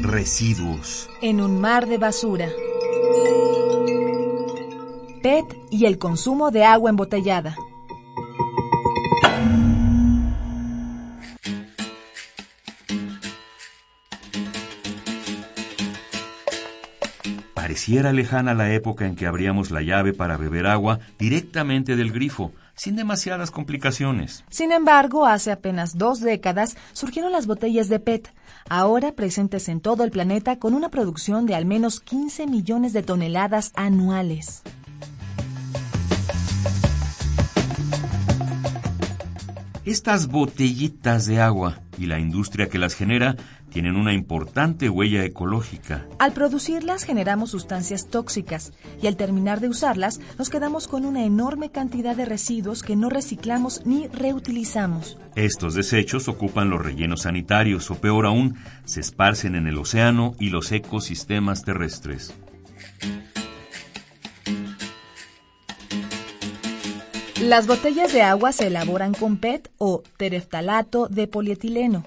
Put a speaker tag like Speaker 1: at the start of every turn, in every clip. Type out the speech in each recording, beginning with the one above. Speaker 1: Residuos.
Speaker 2: En un mar de basura. PET y el consumo de agua embotellada.
Speaker 1: Pareciera lejana la época en que abríamos la llave para beber agua directamente del grifo, sin demasiadas complicaciones.
Speaker 2: Sin embargo, hace apenas dos décadas surgieron las botellas de PET, ahora presentes en todo el planeta con una producción de al menos 15 millones de toneladas anuales.
Speaker 1: Estas botellitas de agua y la industria que las genera tienen una importante huella ecológica.
Speaker 2: Al producirlas generamos sustancias tóxicas y al terminar de usarlas nos quedamos con una enorme cantidad de residuos que no reciclamos ni reutilizamos.
Speaker 1: Estos desechos ocupan los rellenos sanitarios o peor aún, se esparcen en el océano y los ecosistemas terrestres.
Speaker 2: Las botellas de agua se elaboran con PET o tereftalato de polietileno,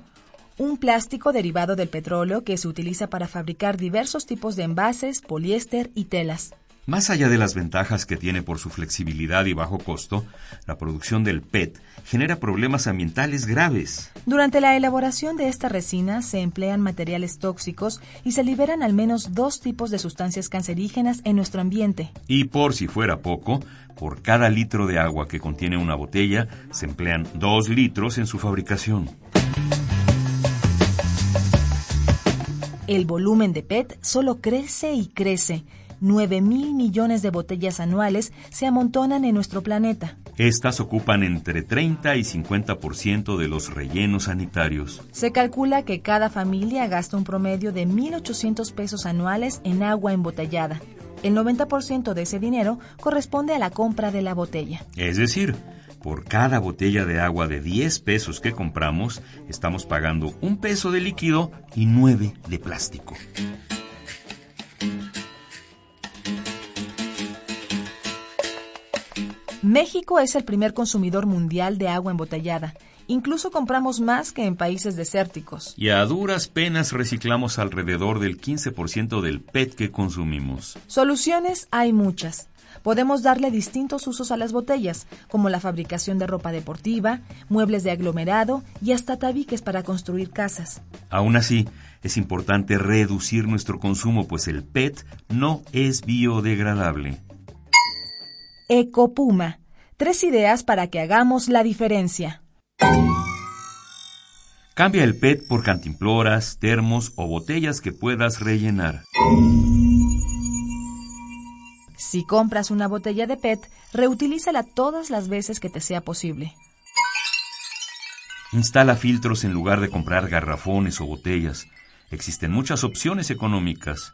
Speaker 2: un plástico derivado del petróleo que se utiliza para fabricar diversos tipos de envases, poliéster y telas.
Speaker 1: Más allá de las ventajas que tiene por su flexibilidad y bajo costo, la producción del PET genera problemas ambientales graves.
Speaker 2: Durante la elaboración de esta resina se emplean materiales tóxicos y se liberan al menos dos tipos de sustancias cancerígenas en nuestro ambiente.
Speaker 1: Y por si fuera poco, por cada litro de agua que contiene una botella, se emplean dos litros en su fabricación.
Speaker 2: El volumen de PET solo crece y crece. 9 mil millones de botellas anuales se amontonan en nuestro planeta.
Speaker 1: Estas ocupan entre 30 y 50% de los rellenos sanitarios.
Speaker 2: Se calcula que cada familia gasta un promedio de 1.800 pesos anuales en agua embotellada. El 90% de ese dinero corresponde a la compra de la botella.
Speaker 1: Es decir, por cada botella de agua de 10 pesos que compramos, estamos pagando un peso de líquido y 9 de plástico.
Speaker 2: México es el primer consumidor mundial de agua embotellada. Incluso compramos más que en países desérticos.
Speaker 1: Y a duras penas reciclamos alrededor del 15% del PET que consumimos.
Speaker 2: Soluciones hay muchas. Podemos darle distintos usos a las botellas, como la fabricación de ropa deportiva, muebles de aglomerado y hasta tabiques para construir casas.
Speaker 1: Aún así, es importante reducir nuestro consumo, pues el PET no es biodegradable.
Speaker 2: Ecopuma. Tres ideas para que hagamos la diferencia.
Speaker 1: Cambia el PET por cantimploras, termos o botellas que puedas rellenar.
Speaker 2: Si compras una botella de PET, reutilízala todas las veces que te sea posible.
Speaker 1: Instala filtros en lugar de comprar garrafones o botellas. Existen muchas opciones económicas.